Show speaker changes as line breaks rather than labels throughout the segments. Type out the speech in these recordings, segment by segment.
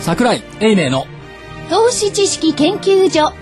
桜井英明の
投資知識研究所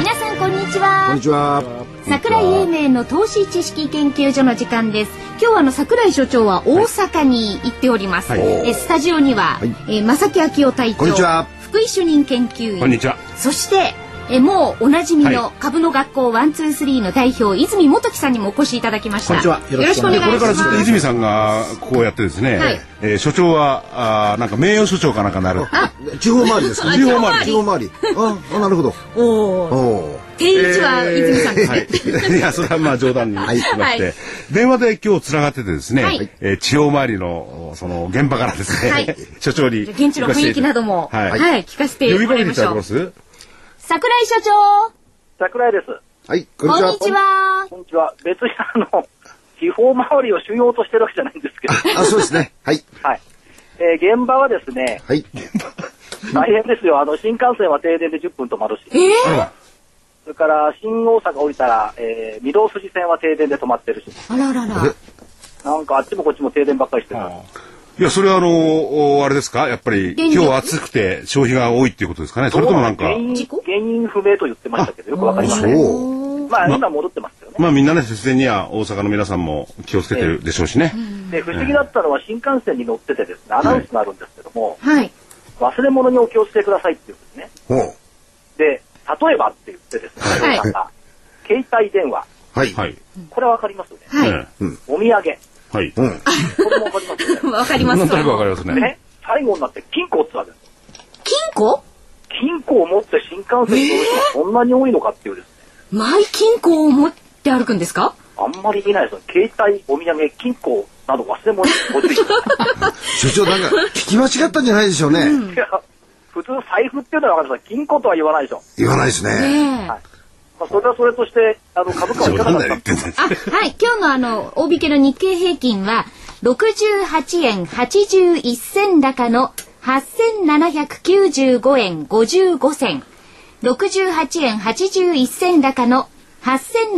皆さんこんにち
こん
は
にちは。
桜井英明の投資知識研究所の時間です今日はあの桜井所長は大阪に行っております、
はい
えスタジオには、
はい
えー正木昭夫隊長
こんにちは
福井主任研究員
こんにちは。
そしてえもうおなじみの
は
株の学校ワンツースリーの代表泉元樹さんにもお越しいただきました。
こんにちは
よろしくお願いし
これか
ま
らずっと
す。
泉さんがこうやってですね、
はい
えー所長はあーなんか名誉所長かなんかなる。
地方回りです か。
地方回り
地方回り。あ、あなるほど。
お
お
お。
お。
定位置は泉さんですね。
はい、いやそれはまあ冗談にしまして、
はい
電話で今日つながっててですね、
はい
えー地方回りのその現場からですね、
はい
所長に
じゃあ現地の雰囲気なども
はい、
はい聞かせて
呼び
も
か
ら
け
いま
てい
した
だけ
ょ
ま
う。
す
桜井所長、
桜井です。
はい、こん
こ
にち
んにち
は。
は。
こんにちは。別にあの、地方回りをしようとしてるわけじゃないんです けど、
あ、そうですね。はい。
はい。えー現場はですね、
はい。
大変ですよ。あの、新幹線は停電で10分止まるし、
えー
それから新大阪降りたら、えー、御堂筋線は停電で止まってるし、
あらあらあら。
なんかあっちもこっちも停電ばっかりしてる。
いやそれはあのーおあれですかやっぱり
電
今
力
日暑くて消費が多いっていうことですかねそれともなんか
原因
事故
原因不明と言ってましたけど、よくわかりません。
そう。
まあ、今戻ってますよね。
まあみんなね節電には大阪の皆さんも気をつけてるでしょうしね、
で、不思議だったのは新幹線に乗っててですね、アナウンスがあるんですけども、
はい。
忘れ物にお気をつけくださいっていうんですね。
ほう。
で、例えばって言ってですね、
はい
お父さんが携帯電話、
はい。
はい、
これはわかりますよね。
はい。
え
お土産、
えはい、
うん。
これもわかりますよね。
わかりま
な
す
んとなくわかりますね
ね、最後になって金庫をつわけです。
金庫
金庫を持って新幹線に乗る人がそんなに多いのかっていうですね、
マイ金庫を持って歩くんですか
あんまり見ないですよね。携帯、お土産、金庫など忘れ物にご注意くださ
所長なんか聞き間違ったんじゃないでしょうね。
い。いや 普通財布っていうのはわかるんですが金庫とは言わないでしょ。
言わないですね。
ねえ。
はいまあ、それはそれとして、あの、株価はい
冗
かな
談
かっ
だ
た
よ言
んで
っ
す
てん
あ、
だ
はい。今日のあの、大引けの日経平均は、68円81銭高の8795円55銭。68円81銭高の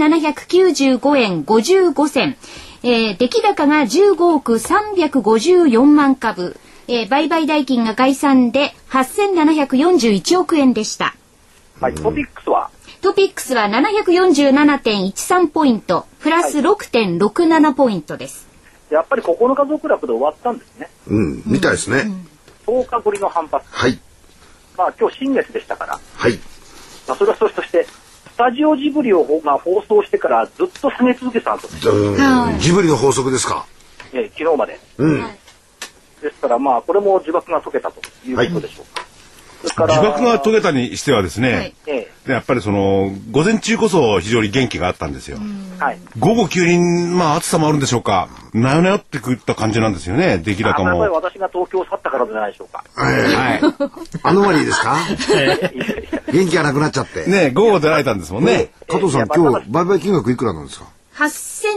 8795円55銭。えー、出来高が15億354万株。えー、売買代金が概算で8741億円でした。
はい、トピックスは、
トピックスは747.13ポイント、プラス6.67ポイントです。
やっぱり9日増クラブで終わったんですね。
うん。みたいですね。
10日ぶりの反発。
はい。
まあ、今日新月でしたから、
はい。
まあ、それはそれとして、スタジオジブリを、まあ、放送してからずっと下げ続けてたんですね、
うんジブリの法則ですか。
えー昨日まで。
うん。
ですから、まあ、これも呪縛が解けたということでしょうか。それから
呪縛が解けたにしてはですね、
はい
え
でやっぱりその午前中こそ非常に元気があったんですよ。
えはい。
午後急にまあ暑さもあるんでしょうか。なよなよってくった感じなんですよね。出来
あ
高
これはやっ
も。
ぱり私が東京を去ったからじゃないでしょうか。
は
アノマリーで すか。
いやいや
元気がなくなっちゃって。
い。ね午後出られたんですもんね。
加藤さん、
いや
今日売買金額いくらなんですか。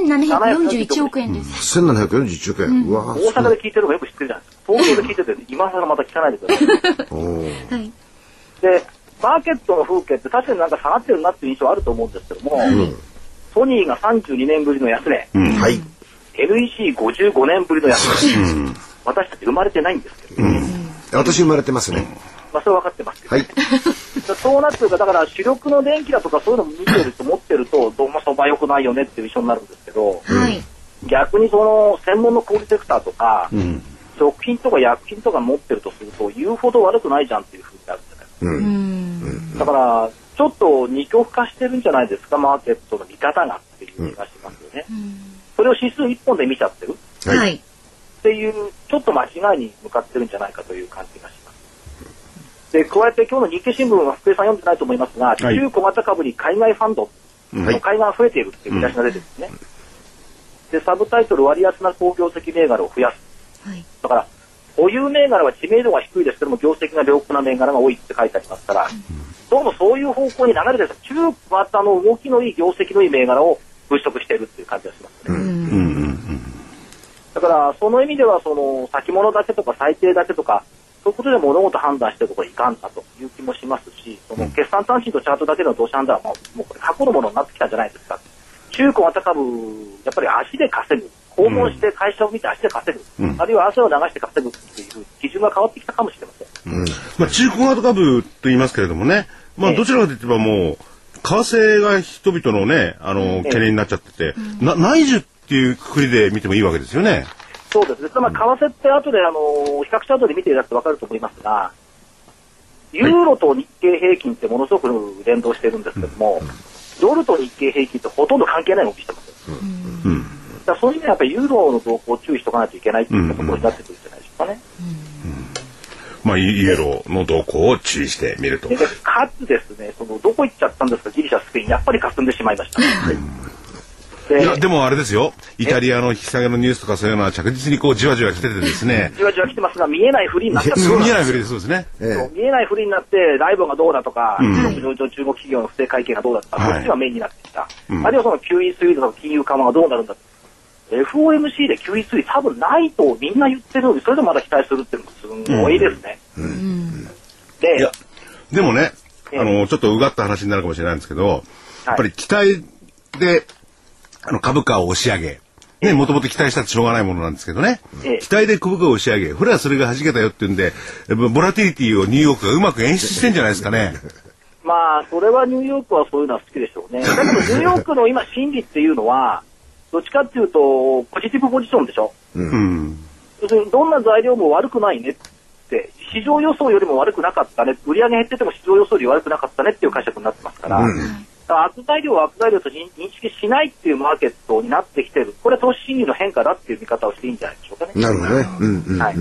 8741億円です。
八千七百四十億円。う
大
わー。
阪で聞いてるのがよく知ってるじゃないですか。東京で聞い てて、今更また聞かないでください。
おー
はい。
で、マーケットの風景って確かになんか下がってるなっていう印象あると思うんですけども、ソニーが32年ぶりの安値、
はい。
NEC55 年ぶりの安値、私たち生まれてないんですけど、
私生まれてますね。
まあ、それは分かってますけど、
はい。
そうなってるか、だから主力の電気だとかそういうのも見てると思ってると、どうもそば良くないよねっていう印象になるんですけど、
はい。
逆にその専門の小売セクターとか、食品とか薬品とか持ってるとすると、言うほど悪くないじゃんっていうふうになるじゃないです
う。
うんん。
か。だから、ちょっと二極化してるんじゃないですか、マーケットの見方がっていう気がしますよね。それを指数一本で見ちゃってるっ
はい
はい。
ていう、ちょっと間違いに向かってるんじゃないかという感じがします。で、加えて今日の日経新聞は福井さん読んでないと思いますが、
はい
中小型株に海外ファンドの買いが増えているっていう見出しが出てるんですね。で、サブタイトル割安な好業績銘柄を増やす。
はい。
だから、保有銘柄は知名度が低いですけども、業績が良好な銘柄が多いって書いてありますから、どうもそういう方向に流れてる、中型の動きのいい、業績のいい銘柄を物色しているっていう感じがしますね。だから、その意味では、その、先物だけとか最低だけとか、そういうことで物事判断してるところはいかんなという気もしますし、その決算短信とチャートだけの投資判断はもうもうこれ過去のものになってきたんじゃないですか。中古型株、やっぱり足で稼ぐ。訪問して会社を見て足で稼ぐ。あるいは汗を流して稼ぐっていう基準が変わってきたかもしれません。
まあ、中古型株と言いますけれどもね、まあ、
ええ
どちらかといえばもう、為替が人々のね、あの、懸念になっちゃってて、な内需っていうくくりで見てもいいわけですよね。
そうですね。まあ、為替って後で、あのー、比較した後で見ていただくと分かると思いますが、ユーロと日経平均ってものすごく連動してるんですけども、ドルと日経平均ってほとんど関係ない動きしてますよ。
うん。
だからそういう意味ではやっぱりユーロの動向を注意しとかないといけないっていうところになってくるんじゃないでしょうかね。
まあ、イイエローの動向を注意してみると。
で、かつですね、その、どこ行っちゃったんですか、ギリシャ、スペイン、やっぱり霞んでしまいました。
いや、
で、。
でもあれですよ。イタリアの引き下げのニュースとかそういうのは着実にこう、じわじわ来ててですね
じわじわ来てますが、見えないふりになっちゃって
見えないふりでそうですね。
ええ
見えないふりになって、ライボがどうだとか、中国上場中国企業の不正会計がどうだとか、
はい
そっちがメインになってきた。
うん
あるいはその QE 推移とか金融緩和がどうなるんだと FOMC で QE 推移多分ないとみんな言ってるのに、それでもまだ期待するっていうのもすごいですね。
い
で
や、、でもね、
ええ
あの、ちょっとうがった話になるかもしれないんですけど、やっぱり期待で、あの、株価を押し上げ、ね、もともと期待したってしょうがないものなんですけどね
ええ、
期待で株価を押し上げ、ほら、それが弾けたよっていうんで、ボラティリティをニューヨークがうまく演出してんじゃないですかね。
まあ、それはニューヨークはそういうのは好きでし ょうね。だけどニューヨークの今、心理っていうのは、どっちかっていうと、ポジティブポジションでしょ。
うん。
要するにどんな材料も悪くないねって、市場予想よりも悪くなかったね、売り上げ減ってても市場予想より悪くなかったねっていう解釈になってますから、だから悪材料は悪材料と認認識しないっていうマーケットになってきてる、これは投資心理の変化だっていう見方をしていいんじゃないでしょうかね。
なるほどね。うんうん。
はい、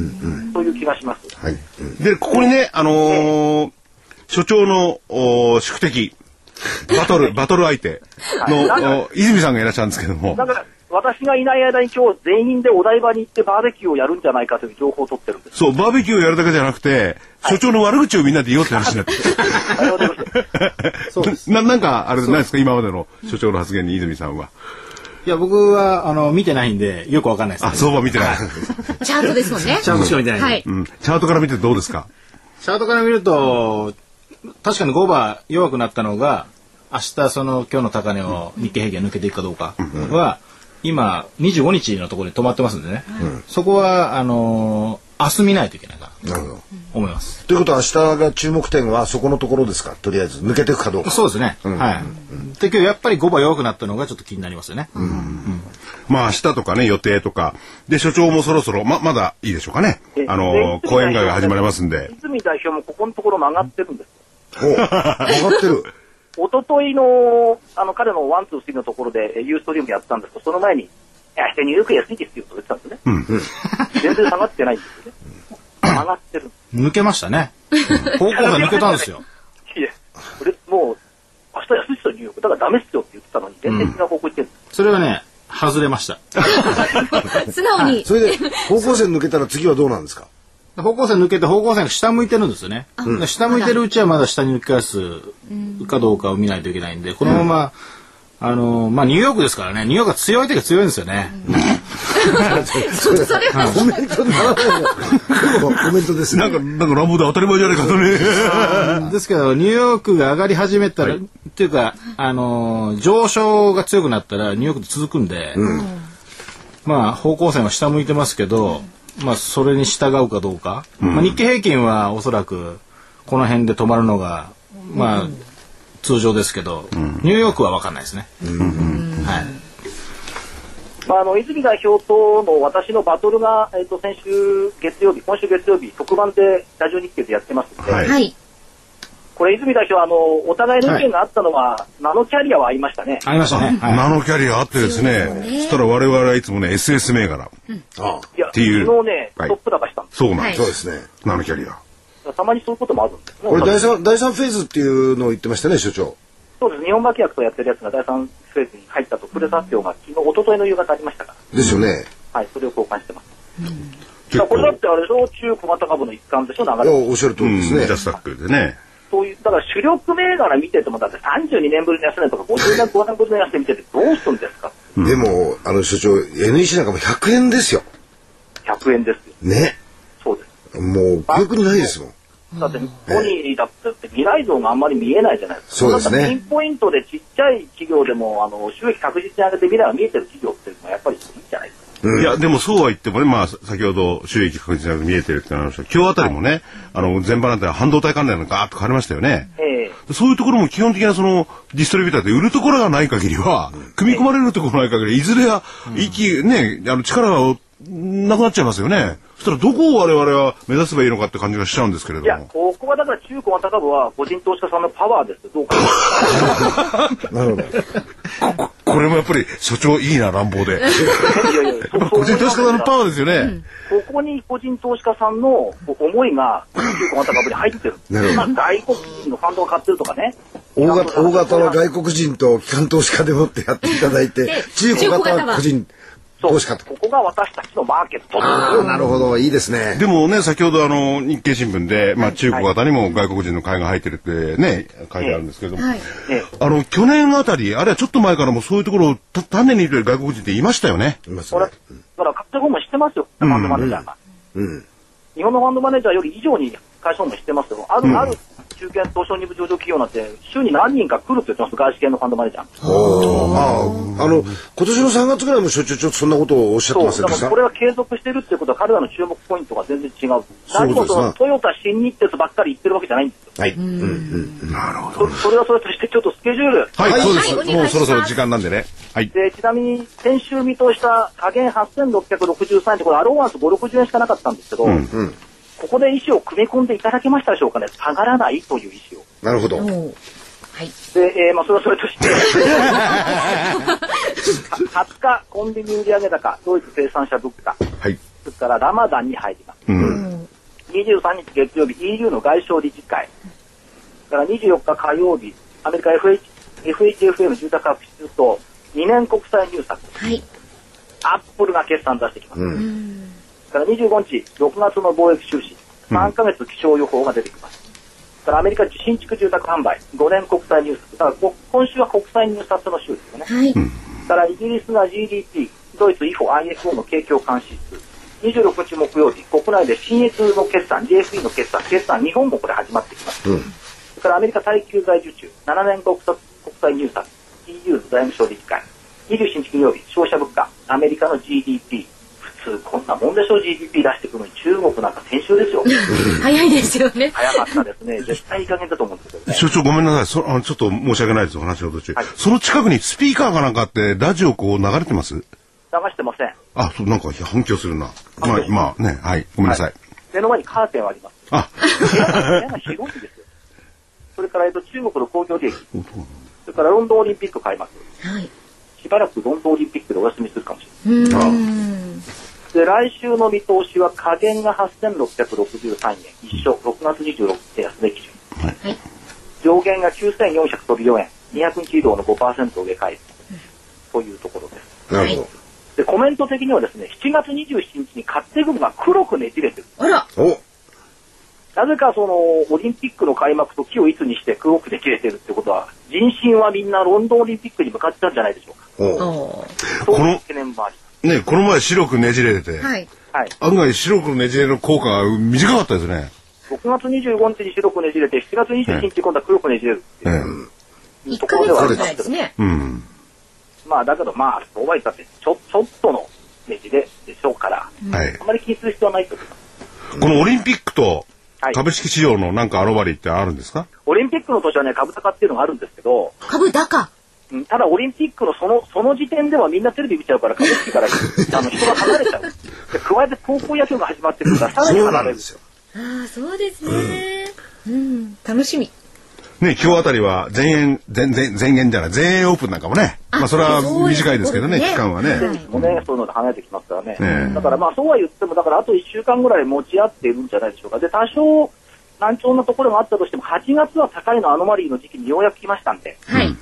そういう気がします。
はい。うん
で、ここにね、あのー所長の、おー宿敵、バ トル、バトル相手の、お泉さんがいらっしゃるんですけども、
だから私がいない間に今日全員でお台場に行ってバーベキューをやるんじゃないかという情報を取って るんです。
そう、バーベキューをやるだけじゃなくて、所長の悪口をみんなで言おうって話になって。
さようでございます
そうです。
ななんか、あれないですか今までの所長の発言に泉さんは。
いや、僕は、あの、見てないんで、よくわかんないです、
あ、相場見てない。
チャートですもんね。
チャートしか見てないんで。
はい。
うん。チャートから見てどうですか
チャートから見ると、確かに5番弱くなったのが、明日その今日の高値を日経平均が抜けていくかどうかは、今25日のところで止まってますんでね、そこは、あのー明日見ないといけないかな
なるほど。
と思います。
ということは明日が注目点はそこのところですかとりあえず抜けていくかどうか。
そうですね。はい。で、今日やっぱり5番弱くなったのがちょっと気になりますよね。
まあ、明日とかね、予定とか。で、所長もそろそろ、ま、まだいいでしょうかね
え。
あの
で
ー、講演会が始まりますんで。
泉代表もここのところ曲がってるんです。
お上がってる。
一昨日の、あの、彼のワン、ツー、スリーのところで、えユーストリームやったんですけど、その前に、いや、ニューヨーク安いですよと言ってたんですね。全然下がってないんですよね。上がってる。
抜けました ね。方向が抜けたんですよ。
いや、これ、もう、明日安いっすよ、ニューヨーク。だからダメっすよって言ってたのに、全然違う方向行ってるんです。
それはね、外れました。
素直に。
それで方向線抜けたら次はどうなんですか
方向線抜けて方向線が下向いてるんですよね。下向いてるうちはまだ下に抜き返すかどうかを見ないといけないんで、このまま、あの、まあ、ニューヨークですからね、ニューヨークは強い時は強いんですよね。
それは、
コメントにならないよコメントですね
なん。か、なんか乱暴で当たり前じゃないかとね。
ですけど、ニューヨークが上がり始めたら、っていうか、あの、上昇が強くなったらニューヨークで続くんで、まあ、方向線は下向いてますけど、まあ、それに従うかどうか。まあ、日経平均はおそらく、この辺で止まるのが、まあ、通常ですけど、ニューヨークは分かんないですね。はい。
まあ、あの、泉代表との私のバトルが、えっ、と、先週月曜日、今週月曜日、特番でラジオ日経でやってますんで、
はい。
はい。
これ、泉代表、あの、お互いの意見があったのは、ナノキャリアは合いましたね。
ありましたね。はい
ナノキャリアあってですね。そしたら我々はいつもね、SS 銘柄。
ああ
いや、
ていう
昨日ね、
はい
トップ高したんです。
そうなんです。
そうですね。
ナノキャリア。
たまにそういうこともあるんですね
これ第三第三フェーズっていうのを言ってましたね所長。
そうです。日本爆薬とやってるやつが第3フェーズに入ったと、プレス発表が昨日、一昨日の夕方ありましたから、
ですよね。
はい、それを交換してます。だか
結
らこれだっ
構、
てあれでしょ、中小型株の一環でしょ、流
いや
れ。
おっしゃる通
う
り
ん、
で
ジ
すね。
ャスタックでね。
そういう、だから主力銘柄見てても、だって32年ぶりの安値とか、50年、5年ぶりの安値見ててどうすんですか
でもあの所長 NEC なんかも100円ですよ。
?100 円ですよ。
ね。
そうです。
もう記憶にないですもん。
だって、ポニーだって未来像があんまり見えないじゃないですか。
そうですね
なんかピンポイントでちっちゃい企業でも、あの、収益確実に上げて未来が見えてる企業っていうのはやっぱりいいじゃないですか。
いや、でもそうは言ってもね、まあ、先ほど収益確実に見えてるって話した今日あたりもね、あの、全般なんて半導体関連がガーッと変わりましたよね。
ええ
そういうところも基本的なそのディストリビューターで売るところがない限りは、組み込まれるところがない限り、いずれは、息、ね、あの力がなくなっちゃいますよね。そしたらどこを我々は目指せばいいのかって感じがしちゃうんですけれ
い
ど
や、
も。
ここはだから中古型株は個人投資家さんのパワーですよど うか。
なるほど。
これもやっぱり所長いいな、乱暴 で。
いやいや、そ
個人投資家さんのパ
ー
ワーですよね。
ここに個人投資家さんのこう思いが中古型株に入ってる。
なるほど
まあ外国人のファンドが買ってるとかね。
大型、大型の外国人と機関投資家でもってやっていただいて
で、
中古
中古
型
型は
は個人
そう
投資家と。
ここが私たちのマーケット。
ああ、なるほど。いいですね。
でもね、先ほどあの、日経新聞で、まあ中国型にも外国人の会が入ってるってね、書いてあるんですけれども、
はい
ええ
あの、去年あたり、あるいはちょっと前からもそういうところをた種にいる外国人っていましたよね。
います
これ、
ね
だ。から買ってる方も知ってますよ、ファンドマネージャーが。
うん。
日本のファンドマネージャーより以上に会社も知ってますよ。ある、ある中堅東証二部上場企業なんて、週に何人か来るって言ってます、外資系のファンドマネージャー。
ああ、あの、今年の3月ぐらいも所長ちょっとそんなことをおっしゃって
そう、
ません
だ
で
か
し
ら
た
これが継続してるっていうことは、彼らの注目ポイントが全然違う。
そうですな
何もそのトヨタ、新日鉄ばっかり言ってるわけじゃないんですよ。
はい。うんうん。
なるほど。
そそれはそれとして、ちょっとスケジュール。
はい、
はい
そうで
はいお願い
す。
します
もうそろそろ時間なんでね。はい。
で、ちなみに、先週見通した加減8663円って、これアローワンス560円しかなかったんですけど、
うん
ここで意思を組み込んでいただけましたでしょうかね。下がらないという意思を。
なるほど。
もうはい。
で、えーまあ、それはそれと して、 か20日、コンビニ売上高、ドイツ生産者物価、
はい。
それからラマダンに入ります。
うん。
23日月曜日、EU の外相理事会、それから24日火曜日、アメリカ FH FHFM 住宅価格指数と2年国債入札、
はい。
アップルが決算出してきます。
うん。
それから25日、6月の貿易収支、3ヶ月気象予報が出てきます。それからアメリカ新築住宅販売、5年国債入札、だからこ今週は国債入札の週ですよね。
はい。
だからイギリスが GDP、ドイツ IFO、IFO の景況監視数、26日木曜日、国内で新越の決算、JFE の決算、決算、日本もこれ始まってきます。
うん
それからアメリカ耐久財受注、7年国債国債入札、EU の財務省理事会、27日金曜日、消費者物価、アメリカの GDP、普通こんなもんでしょ、GDP 出してくるのに、中国なんか先週ですよ。
早いですよね。
早かったですね。絶対いい加減だと思うんですけどね。
所長ごめんなさい。そあのちょっと申し訳ないです。お話の途中
はい。
その近くにスピーカーかなんかあって、ラジオこう流れてます
流してません。
あ、そう、なんか反響するな。まあ、今ね、はい。ごめんなさい。
目の前にカーテンはあります。
あ、
部 屋が広いんですよ。それから、えっと、中国の工業利益、それからロンドンオリンピック開幕、
はい。
しばらくロンドンオリンピックでお休みするかもし
うーん。
れない。で、来週の見通しは下限が8663円、一緒、6月26日安値基準。
はい。
上限が9400飛び4円、200日移動の5%上回というところです。
なるほ
で、コメント的にはですね、7月27日に勝手組が黒くねじれてる。
あら。
ど。お
なぜかそのオリンピックの開幕と木をいつにして空国で切れてるってことは、人心はみんなロンドンオリンピックに向かったんじゃないでしょうか。
お
おー
そう
こ
い
の
う懸念もありま
ね、この前白くねじれてて、
はい。
す。はい。
案外白くねじれの効果が短かったですね。
6月25日に白くねじれて、7月21日今度は黒くねじれるって
ええ
いう
一
と
ヶ
ころではあ
月
り
ぐ
ま
ら
す
いで
けど
す、ね。
うん。
まあだけどまあ、そうはいったって、ちょ、ちょっとのねじれでしょうから、
はい
あ。まり気にする必要はないと思います。
このオリンピックと
はい
株式市場のなんかアロバリーってあるんですか
オリンピックの年はね、株高っていうのがあるんですけど、
株高。
うんただオリンピックのその、その時点ではみんなテレビ見ちゃう から、株式から、あの、人が離れちゃう。で加えて高校野球が始まってくるから、さらに
そうな
離れ
ん
る
で。すよ。
ああ、そうですね。うん。楽しみ。
ね、今日あたりは全円、全、全、全円じゃない、全円オープンなんかもね。
あ
まあそれは短いですけどね、
そうですね
期間はね。
もうね、そういうので離れてきますからね。
ええ
だからまあ、そうは言っても、だからあと1週間ぐらい持ち合っているんじゃないでしょうか。で、多少、難聴なところがあったとしても、8月は高いのアノマリーの時期にようやく来ましたんで、
はい。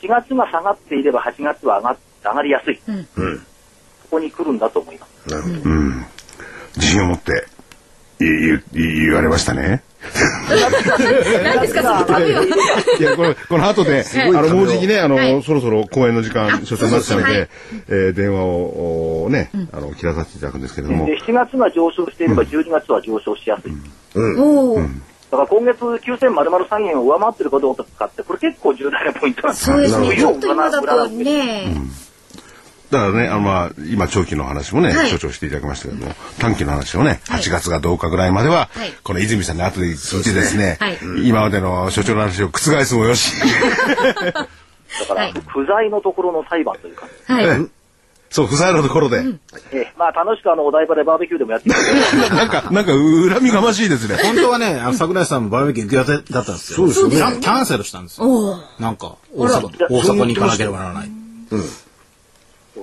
4月が下がっていれば8月は上が上がりやすい。
ん
ここに来るんだと思います。
なるほど。
うん。自信を持って、いい言言われましたね。
何ですか、その株よ。
いや、これ、この後で、あ
い
の、もうじきね、あの、
はい
そろそろ公演の時間、所長になってた
そうそうそ
の
うは
で
い、
えー電話を、おね、あの、切らさせていただくんですけれども
で、、7月が上昇していれば12月は上昇しやすい。
おお。
だから今月9000円を上回ってるかどうかって、これ結構重大なポイントなんです
そうですね。
冬
ち
を
ょっと今だ
占
と
う
ね、
だからね、あの、まあ、今、長期の話もね、
はい
所長していただきましたけども、短期の話をね、8月がどうかぐらいまでは、
はい
この泉さんの後で聞いてですね、
はい
今までの所長の話を覆すもよし、
だから、不在のところの裁判というか、
はい。
そう、不在のところで、
ええまあ楽しくあのお台場でバーベキューでもやってる
なんか、なんか、恨みがましいですね。
本当はね、あの桜井さんもバーベキュー行く予定だったんですよ。
そうですよね
キャンキャンセルしたんですよ。
おー
なんか、大阪、大阪に行かなければならない。
けど、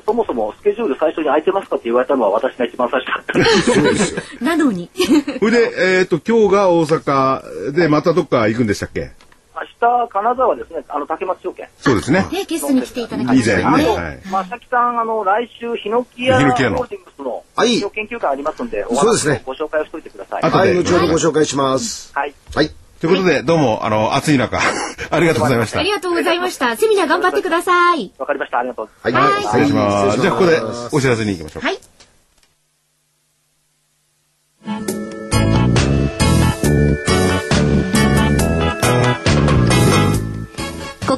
そもそもスケジュール最初に空いてますかって言われたのは私が一番最初だったんで、
なのに。
それで、えっ、と、今日が大阪で、またどっか行くんでしたっけ
明日、金沢ですね、あの竹松証券。
そうですね。
ね、ゲストに来ていただきま
以
した
前ね、
あの、
はい。
まさきさん、あの、来週、ヒノキ屋
ヒ
ホ
ノキ屋の
ールディングスの、
は
企
い
業研究会ありますんで、お
そうです
話を
ね
ご紹介をしといてください。
後
は
で
い、後ほどご紹介します。
はい。
はい。
ということで、どうも、あの、暑い中、 ありがとうございました。
ありがとうございました。セミナー頑張ってください。
わかりました。ありがとうございます。
は
は
い。
い
失礼します。じゃあ、ここでお知らせに行きましょう。
はい。こ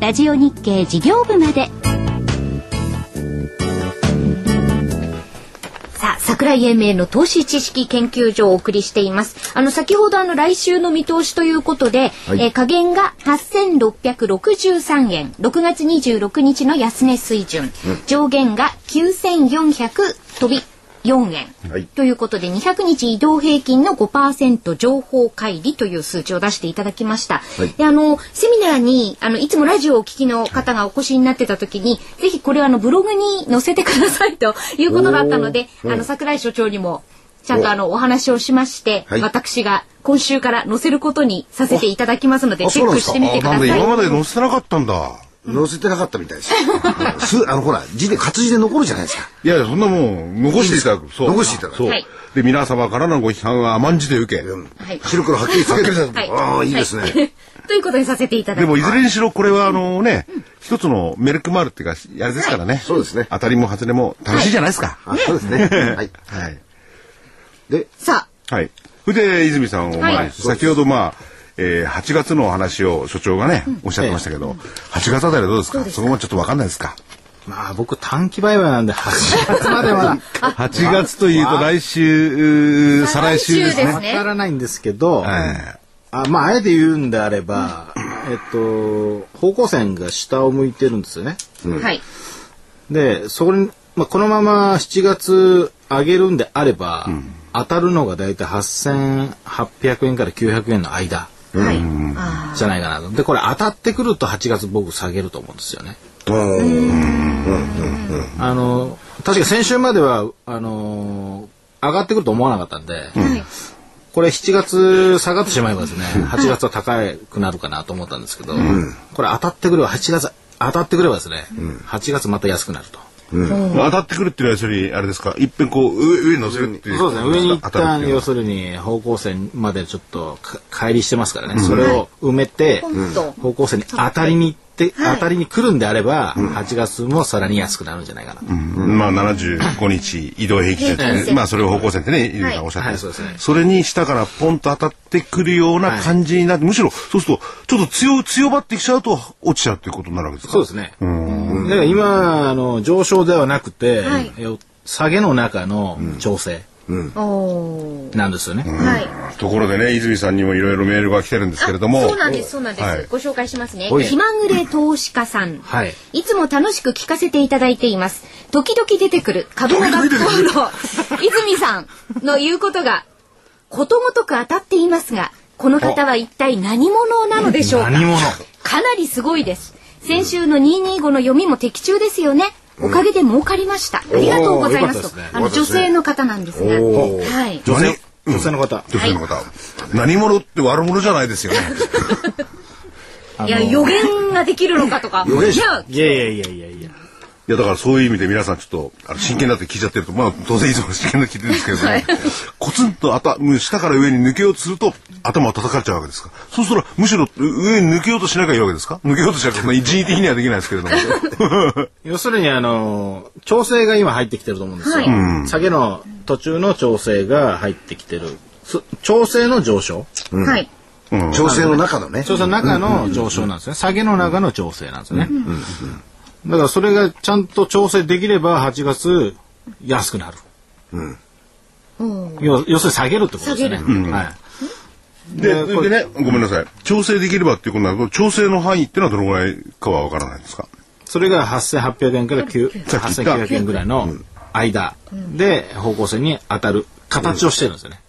ラジオ日経事業部まで
さあ、桜井英明の投資知識研究所をお送りしています。あの、先ほどあの、来週の見通しということで、えー、加減が8663円、6月26日の安値水準、上限が9400飛び4円、
はい
ということで、200日移動平均の5%情報乖離という数値を出していただきました。
はい
で、あの、セミナーに、あの、いつもラジオをお聞きの方がお越しになってた時に、ぜひこれをあの、ブログに載せてくださいということだったので、あの、桜井所長にも、ちゃんとあの、お話をしまして、
はい
私が今週から載せることにさせていただきますので、
あ
チェックし
そ
て
う
み
あ
て
ー
くだ
な
さ
ん
い。
だ、今ま
は
で載せてなかったんだ。
載せてなかったみたいです。す、あの、ほら、字で、活字で残るじゃないですか。
いやいや、そんなもん、残していただく。そう
残していただく
そう
はい。
で、皆様からのご批判は甘んじて受け。
うん
い。
白黒はっきりつけてる。
はい。
ああ、いいです
は
ね。
いということにさせていただき
で
ま
も、いずれにしろ、これは、あのね、一つのメルクマールっていうか、あれですからね。
そうですね
当たりも外れも楽しいじゃないですか。
あそうですね。はい。
はい。
で、
す。さあ、
はい。それで、泉さんを、ま
は
あ、
い
先ほど、まあ、えー8月のお話を所長がね、おっしゃってましたけど、8月あたりはどうですかそこもちょっとわかんないですか
まあ僕短期売買なんで8月までは
?8 月というと来週、うー再来週です
再来週
ね。
わからないんですけど、
ええ
あまああえて言うんであれば、えっと、方向線が下を向いてるんですよね。
はい。
で、そこに、まあ、このまま7月上げるんであれば、当たるのがだいたい8800円から900円の間
はい。あ
じゃないかなと。で、これ当たってくると8月僕下げると思うんですよね。あの、確か先週までは、あのー上がってくると思わなかったんで、これ7月下がってしまえばですね、8月は高くなるかなと思ったんですけど、これ当たってくれば、8月当たってくればですね、8月また安くなると。
あ
当たってくるっていうのは、それ、あれですか、いっぺんこう、上上に乗せるっていう。
そうですね。上に一
当たるって
旦、
いう
要するに方向線までちょっとか乖離してますからね。それを埋めて、
ポンと
方向線に当たりに行って、当たりに来るんであれば、8月もさらに安くなるんじゃないかなと。
うんまあ、75日移動平均
平均
で
線
まあ、それを方向線ってね、ゆうがおっしゃって
は
ま
いそうですね
それに下からポンと当たってくるような感じになって、むしろ、そうすると、ちょっと強、強張ってきちゃうと、落ちちゃうっていうことになるわけですか
そうですね。だから今、あの、上昇ではなくて、
はい
え下げの中の調整
おー
なんですよね。
はい。
ところでね、泉さんにもいろいろメールが来てるんですけれども。
そうなんです、そうなんです。
はい
ご紹介しますね
はい。
気まぐれ投資家さん。
はい。
いつも楽しく聞かせていただいています。時々出てくる株の学校の 泉さんの言うことがことごとく当たっていますが、この方は一体何者なのでしょうか
何者
かなりすごいです。先週の225の読みも的中ですよね。おかげで儲かりました。ありがとうございます
おーよかったです
と
ね。
あの女性の方なんですが。
おー
はい。
女性、女性の方。
女性の方、何者って悪者じゃないですよね。
あの
いや、予言ができるのかとか。いや、
いやいやいやいやいや。
いやだからそういう意味で皆さんちょっとあの真剣だって聞いちゃってると、まあ当然いつも真剣だって聞いてるんですけれども、コツンと頭下から上に抜けようとすると頭を叩かれちゃうわけですか。そうするとむしろ上に抜けようとしなきゃいいわけですか。抜けようとし なきゃそんな人為的にはできないですけれども。
要するに、あの、調整が今入ってきてると思うんですよ。
はい
下げの途中の調整が入ってきてる。そ調整の上昇。
はい。
調整の中のね。
調整の中の上昇なんですね。下げの中の調整なんですよね。だからそれがちゃんと調整できれば8月安くなる。要要するに下げるってことですよね。
下
はい。
で
でこ
で
れ
ね ごめんなさい調整できればっていうことなの調整の範囲っていうのはどのぐらいかはわからないですか。
それが8800円から9
さっき言った
8900円ぐらいの間で方向性に当たる形をしてるんですよね。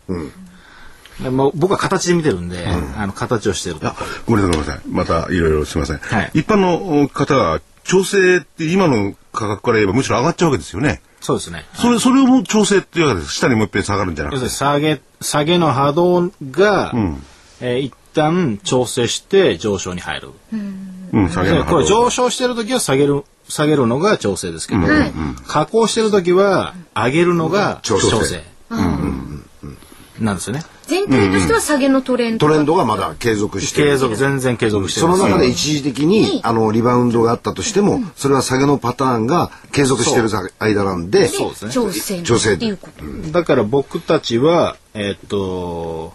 でもう僕は形で見てるんで、あの形をしてる。
あ、ごめんなさい、ごめんなさい。またいろいろすみません。
はい
一般の方は調整って今の価格から言えばむしろ上がっちゃうわけですよね。
そうですね。
それ、それをもう調整っていうわけです。下にもう一遍下がるんじゃな
要
く
す
て
るに。下げ、下げの波動が、えー一旦調整して上昇に入る。
うん、下げの
これ
波動
上昇してる時は下げる、下げるのが調整ですけど、
はい
下降してる時は上げるのが調
調整
整。なんですよね。
全体としては下げのトレンド
ト。レンドがまだ継続して
継
る。
続、全然継続して
そ
ま
の
す。
中で一時的に、あの、リバウンドがあったとしても、それは下げのパターンが継続してる間なんで、
そうですね
調整
調整
っていうこと。
だから僕たちは、えーっと、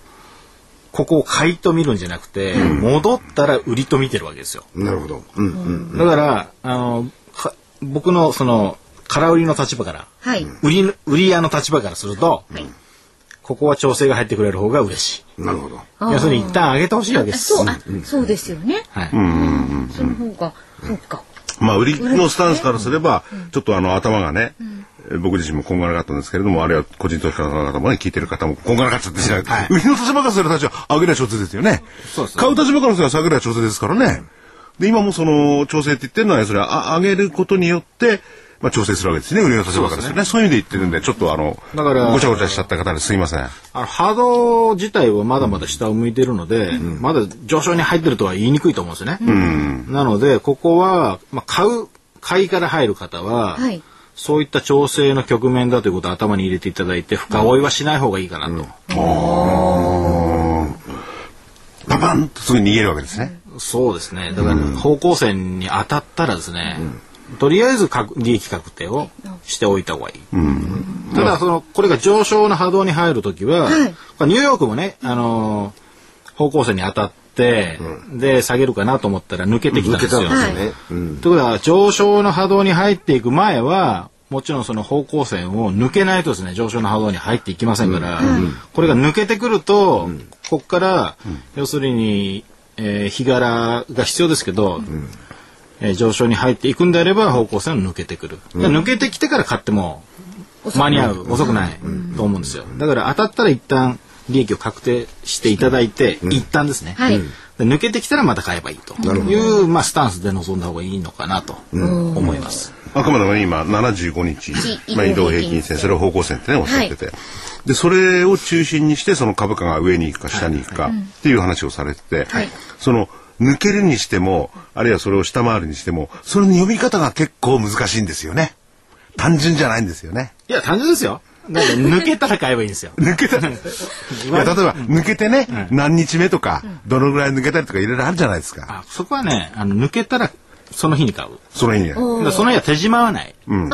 ここを買いと見るんじゃなくて、戻ったら売りと見てるわけですよ。
なるほど。うんうん。
だから、あの、か僕のその、空売りの立場から、
はい。
売りの、売り屋の立場からすると、ここは調整が入ってくれる方が嬉しい。
なるほど。
要するに一旦上げてほしいわけです。
そう、あ、そうですよね。
はい。
その方が、そうか。
まあ、売りのスタンスからすれば、ちょっとあの、頭がね、え僕自身もこんがらかったんですけれども、あるいは個人投資家の方もね、聞いてる方もこんがらかっちゃってしまう。売りの立場からすると私は上げりゃ調整ですよね。
そうです
買う立場からすれば下げりゃ調整ですからね。で、今もその、調整って言ってるのは、それはあ上げることによって、まあ、調整するわけですね、売りの立場からするとね。そういう意味で言ってるんで、ちょっとあの、
だから
ごちゃごちゃしちゃった方ですいません。
あの波動自体はまだまだ下を向いてるので、まだ上昇に入ってるとは言いにくいと思うんですよね。なので、ここは、まあ、買う、買いから入る方は、
はい
そういった調整の局面だということを頭に入れていただいて、深追いはしない方がいいかなと。
パパンとすぐ逃げるわけですね。
そうですね。だから、方向線に当たったらですね、とりあえず確利益確定をしておいた方がいい。ただ、その、これが上昇の波動に入るときは、これニューヨークもね、あのー方向線に当たって、で、下げるかなと思ったら抜けてきたん
抜
で
け
す
た
よ。
んですよ
は
ね。うん。
ということは、上昇の波動に入っていく前は、もちろんその方向線を抜けないとですね、上昇の波動に入っていきませんから、これが抜けてくると、ここから、要するに、えー日柄が必要ですけど、えー上昇に入っていくんであれば方向線を抜けてくる。で抜けてきてから買っても間に合う、遅くないと思うんですよ。だから当たったら一旦利益を確定していただいて、一旦ですね。
はい
で抜けてきたらまた買えばいいという、まあ、スタンスで臨んだ方がいいのかなと思います。
あくまでも今75日
日、
まあ、移動平均線それを方向線ってねおっしゃってて、
は
でそれを中心にしてその株価が上に行くか下に行くかっていう話をされてて、
はい
その抜けるにしてもあるいはそれを下回るにしてもそれの読み方が結構難しいんですよね。単純じゃないんですよね。
いや、単純ですよ。だけど抜けたら買えばいいんですよ。
抜けたら、いや例えば、抜けてね、何日目とか、どのぐらい抜けたりとかいろいろあるじゃないですか。
あそこはね、あの抜けたらその日に買う。
それにね。
だからその日は手締まわない。ま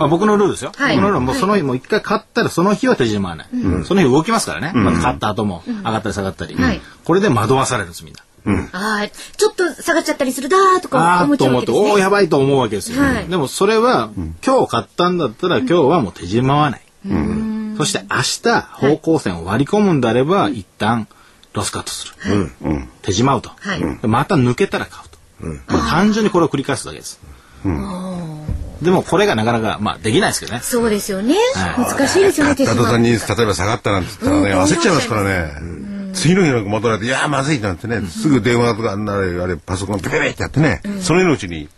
あ、僕のルールですよ。
はい
僕のルールはもうその日、もう一回買ったらその日は手締まわない。その日動きますからね。まあ、買った後も上がったり下がったり。
はい
これで惑わされるんです、みんな。
ああ、ちょっと下がっちゃったりするだーと
あ
か
あ
思っち
ーと
ゃう
思
わ
っ
け
て、
です
おおー、
ね。
やばいと思うわけですよ。
はい
でもそれは、今日買ったんだったら今日はもう手締まわない。そして明日、方向線を割り込むんであれば、一旦ロスカットする。手締まうと、
はい
でまた抜けたら買うと。まあ単純にこれを繰り返すだけです。でもこれがなかなか、まあできないですけどね。
そうですよね。
はい
難しいですよね、手
ダ
島
トさんに、例えば下がったなんて言ったらね、
うん
焦っちゃいますからね。次の日なんか戻られて、いやー、まずいなんてね、すぐ電話とかなれ、あれ、パソコンピペペってやってね、その日のうちに、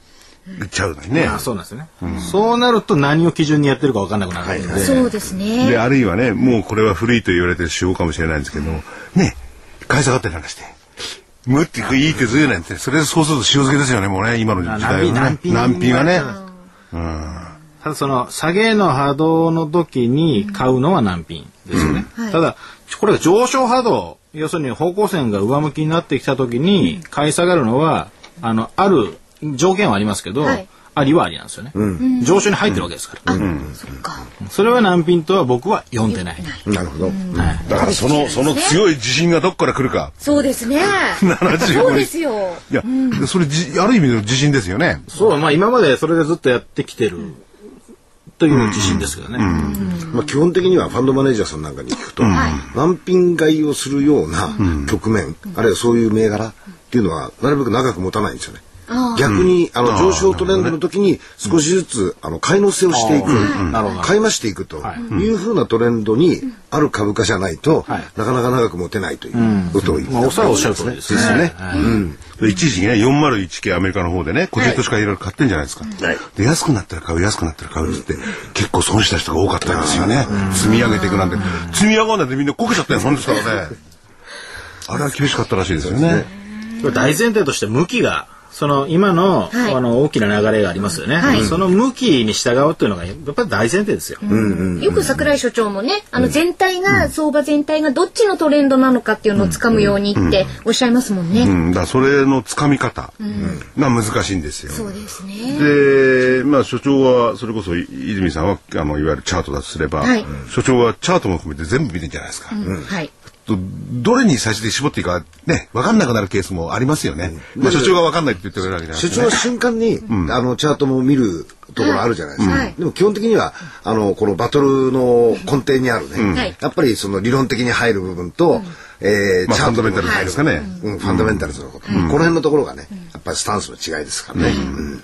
行っちゃうのにね。
あそうなんですよね、そうなると何を基準にやってるか分かんなくなるんで、
そうですね
で、。あるいはね、もうこれは古いと言われてる手法かもしれないんですけども、ね、買い下がったりなんかして、むってこういい手ずいなんて、それそうすると塩漬けですよね、もうね、今の時代はね
難。品
難
難
品
品
は
は
ね
ね。ただその下げの波動の時に買うのは難品ですよね、ただこれが上昇波動要するに方向線が上向きになってきた時に買い下がるのはあのある条件はありますけど、
はい
ありはありなんですよね、上昇に入ってるわけですから、
そっか。
それは難品とは僕は読んでない、
なるほど。
はい
だからその、その強い自信がどこから来るか。
そうですね。
75
そうですよ。
いや、それじ、ある意味の自信ですよね。
そうまあ今までそれでずっとやってきてるという自信ですけどね、
まあ、基本的にはファンドマネージャーさんなんかに聞くと、難品買いをするような局面、あるいはそういう銘柄っていうのはなるべく長く持たないんですよね。逆にあの上昇トレンドの時に少しずつあの買い乗せをしていく、
なるほど
買い増していくと
はい
いうふうなトレンドにある株価じゃないと、
はい
なかなか長く持てないということを言
まあ、おそらくおっしゃる通りですね。
ね
はい
一時期ね、401系アメリカの方でね、小手としかいろいろ買ってんじゃないですか。で、安くなったら買う、安くなったら買うって言って、結構損した人が多かったんですよね。積み上げていくなんて。積み上がんないでみんなこけちゃったよ、そんですからね。あれは厳しかったらしいですよね。
これ大前提として向きが、その今の,、
はい
あの大きな流れがありますよね、その向きに従うっていうのがやっぱり大前提ですよ。
よく桜井所長もね、あの全体が、相場全体がどっちのトレンドなのかっていうのをつかむようにっておっしゃいますもん
う
ね。
ん、だからそれの掴み方が難しいんですよ。
そうですね。
で、まあ、所長は、それこそ、い泉さんは、あの、いわゆるチャートだとすれば、
はい
所長はチャートも含めて全部見てんじゃないですか。
はい。
どどれに最終的に絞っていいか、ね、分かんなくなるケースもありますよね。まあ、所長が分かんないって言ってくれるわけじゃない
所
です
長
ね
は。瞬間に、あのチャートも見るところあるじゃないですか、
はい
でも基本的にはあのこのバトルの根底にあるね、
はい
やっぱりその理論的に入る部分と、えー
まあ
チャートの部分
ファンダメンタルですかね
うん、ファンダメンタルズのこと、この辺のところがねやっぱりスタンスの違いですからね、うん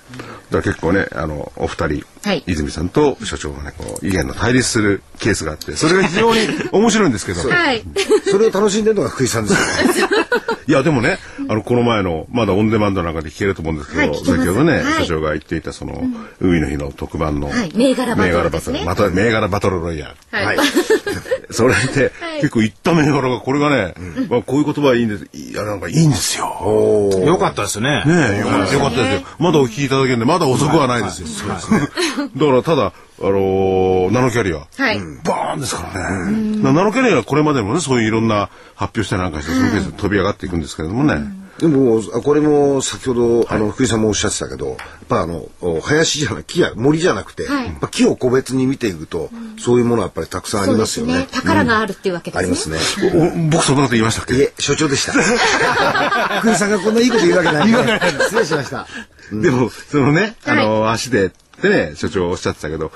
だから結構ね、あの、お二人、
はい
泉さんと所長がね、こう、意見の対立するケースがあって、それが非常に面白いんですけど、
はい。
それを楽しんでるのが福井さんですよね
いや、でもね、あの、この前の、まだオンデマンドなんかで聞けると思うんですけど、
はい聞けます
先ほどね、
はい
所長が言っていた、その、海の日の特番の、
はい銘柄バトルですね
銘柄バトルまた銘柄バトルロイヤル。
はい。
それで、
はい
結構言った銘柄が、これがね、まあ、こういう言葉はいいんです、いや、なんかいいんですよ。
よかったですね。
ねえ、よかったよかったですよ。まだお聞きいただけるんで、まだ遅くはないですよ。そうですね だから、ただ、あのーナノキャリア。
はい
バーンですからね。ナノキャリアはこれまでもね、そういういろんな発表したりなんかして、そのペースで飛び上がっていくんですけれどもね。
でもあこれも先ほど、あの福井さんもおっしゃってたけどやっぱあのお林じゃなく木や森じゃなくて、
はい
やっぱ木を個別に見ていくと、そういうものはやっぱりたくさんあ
そ
り
う
ま
ですす
よね
ね。宝があるっていうわけで
ありますす
ね。
ね
お僕、そんなこと言いましたっけ
いえ、所長で した。福井さんがこんないいこと言うわけない。失礼しました。
でも、そのね、あのー足で、ってね、所長おっしゃってたけど、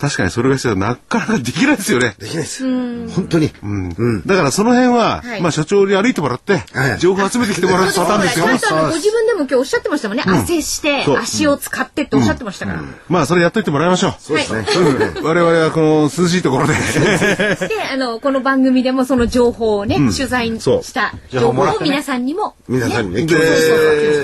確かにそれが必要なかなかできないですよね。
できないです。本当に。うん。
だからその辺は、
はい
まあ所長に歩いてもらって、
はい
情報集めてきてもらうパターンですよ。
そうですご自分でも今日おっしゃってましたもんね。汗して
そう
足を使ってっておっしゃってましたから。
まあそれやっといてもらいましょう。
そうですね。
うん我々はこの涼しいところで
で、あの、この番組でもその情報をね、取材
そう
した情報を皆さんにも。
皆さんにね、
で、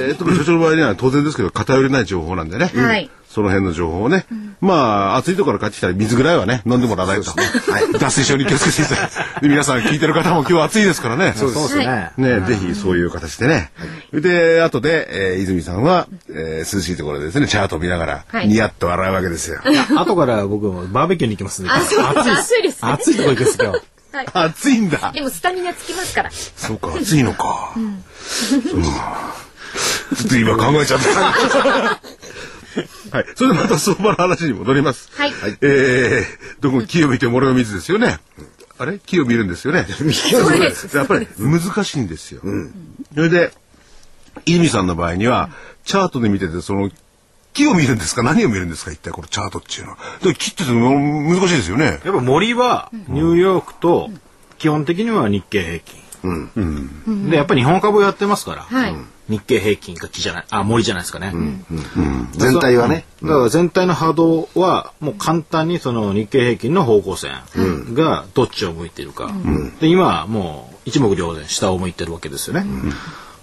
えっと、所長の場合には当然ですけど偏りない情報なんでね、
はい
その辺の情報をね。まあ、暑いところから帰ってきたら水ぐらいはね、飲んでもらわないと。
そうですねはい
脱水症に気をつけていただいてで皆さん聞いてる方も今日暑いですからね。
そうですね。
ね、ぜひそういう形でね。で、後で、えー泉さんは、えー涼しいところでですね、チャートを見なが
は
ら、
い
ニヤッと笑うわけですよ。
後から僕もバーベキューに行きますね。
あそう
暑いで
暑いです
す。暑いとこ行くんですよ。
暑いんだ。
でもスタミナつきますから。
そうか、暑いのか。うんちょっと今考えちゃった。はい。それでまた相場の話に戻ります。
はい
えー、どこも木を見て諸の水ですよね。あれ木を見るんですよね。
そうです。
やっぱり難しいんですよ。それで、泉さんの場合には、チャートで見てて、その、木を見るんですか何を見るんですか一体このチャートっていうのは。で切ってても難しいですよね。
やっぱ森はニューヨークと基本的には日経平均。で、やっぱり日本株をやってますから、
はい
日経平均か木じゃない、あ、森じゃないですかね。
全体はね。
だから全体の波動はもう簡単にその日経平均の方向線がどっちを向いているか、で今はもう一目瞭然下を向いてるわけですよね、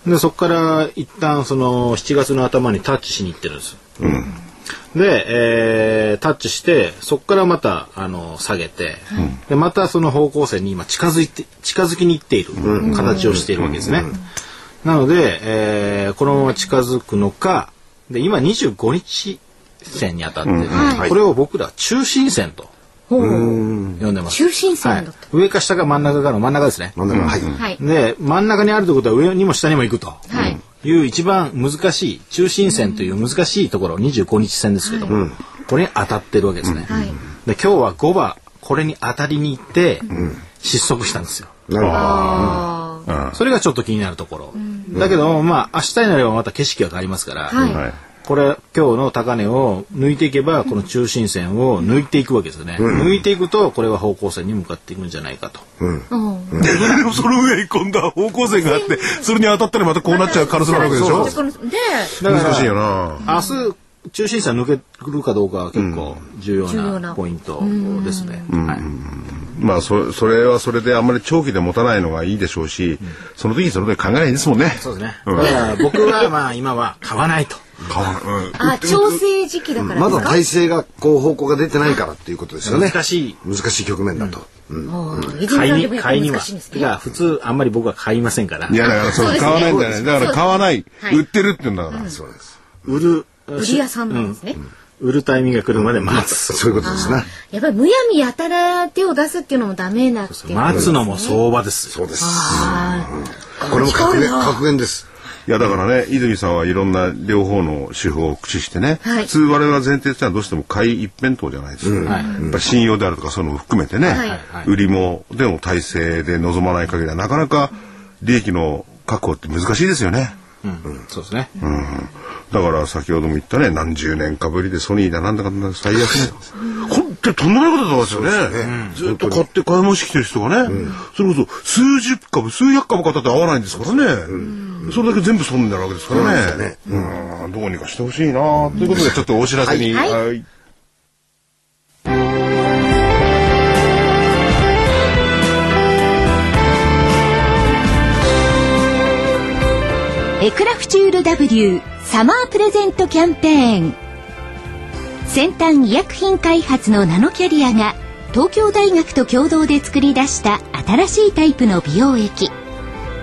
でそこから一旦その7月の頭にタッチしに行ってるんです、で、えータッチしてそこからまたあの下げて、でまたその方向線に今近づいて近づきに行っている形をしているわけですね、なので、えーこのまま近づくのかで今25日線に当たって、
はい
これを僕らは中心線と
ほう
呼んでます。
中心線だった。
はい、上か下か真ん中かの真ん中ですね。
真ん中、はい。
はい。
で真ん中にあるということは上にも下にも行くと。
はい。
いう一番難しい中心線という難しいところ25日線ですけども、これに当たってるわけですね、
はい
で今日は5番これに当たりに行って失速したんですよ、
なるほど。
あ
それがちょっと気になるところ、だけどもまあ明日になればまた景色が変わりますか
あ。
ら、
はい。
はい。
これ今日の高値を抜いていけばこの中心線を抜いていくわけですよね、抜いていくとこれは方向線に向かっていくんじゃないかと、
うん。
でもその上に今度は方向線があって、それに当たったらまたこうなっちゃう可能性もあるわけでしょ
でこので、
だから
難しいよな。
明日中心線抜けるかどうかは結構
重
重
要な
要なポイントですね、はい
まあそそれはそれであんまり長期で持たないのがいいでしょうし、その時にその時考えないいですもんね。
そうですね。
うん
だから僕はまあ今は買わないと。
買わないうん
あ、調整時期だから
ま
です
だ
か。
体制が、こう、方向が出てないからっていうことですよね。
難しい。
難しい局面だと。うん。
うん
買いに、
やっぱ
買い
り
には
難しいんで。す
い
ね。
や、普通あんまり僕は買いませんから。
いやだから
そ
そ
う
う
ですね
買わないんじゃない。だから買わない
はい。
売ってるって言うんだから。
そうです。
売る、
売り屋さんなんですね。
売るタイミングが来るまで待つ。
そういうことですね。
やっぱりむやみやたら手を出すっていうのもダメなっていう。
待つのも相場です
そ
よ。
うです。
あ
これも格言、
面白いな
格言です。
いやだからね、泉さんはいろんな両方の手法を駆使してね、
はい
普通我々は前提としてはどうしても買い一辺倒じゃないですか。
は
や
い
っぱり信用であるとかそういうのも含めてね、
はい
はい
売りもでの体制で望まない限りはなかなか利益の確保って難しいですよね。
うんそうですね。
だから先ほども言ったね何十年かぶりでソニーだなんだかんだ最悪ね本当にとんでもないことだったんですよねずっと買って買い物してきてる人がね、それこそ数十株数百株買ったって合わないんですからね、それだけ全部損になるわけですからねうんどうにかしてほしいなということでちょっとお知らせに、
はいはい
はい
エクラフチュール W サマープレゼントキャンペーン先端医薬品開発のナノキャリアが東京大学と共同で作り出した新しいタイプの美容液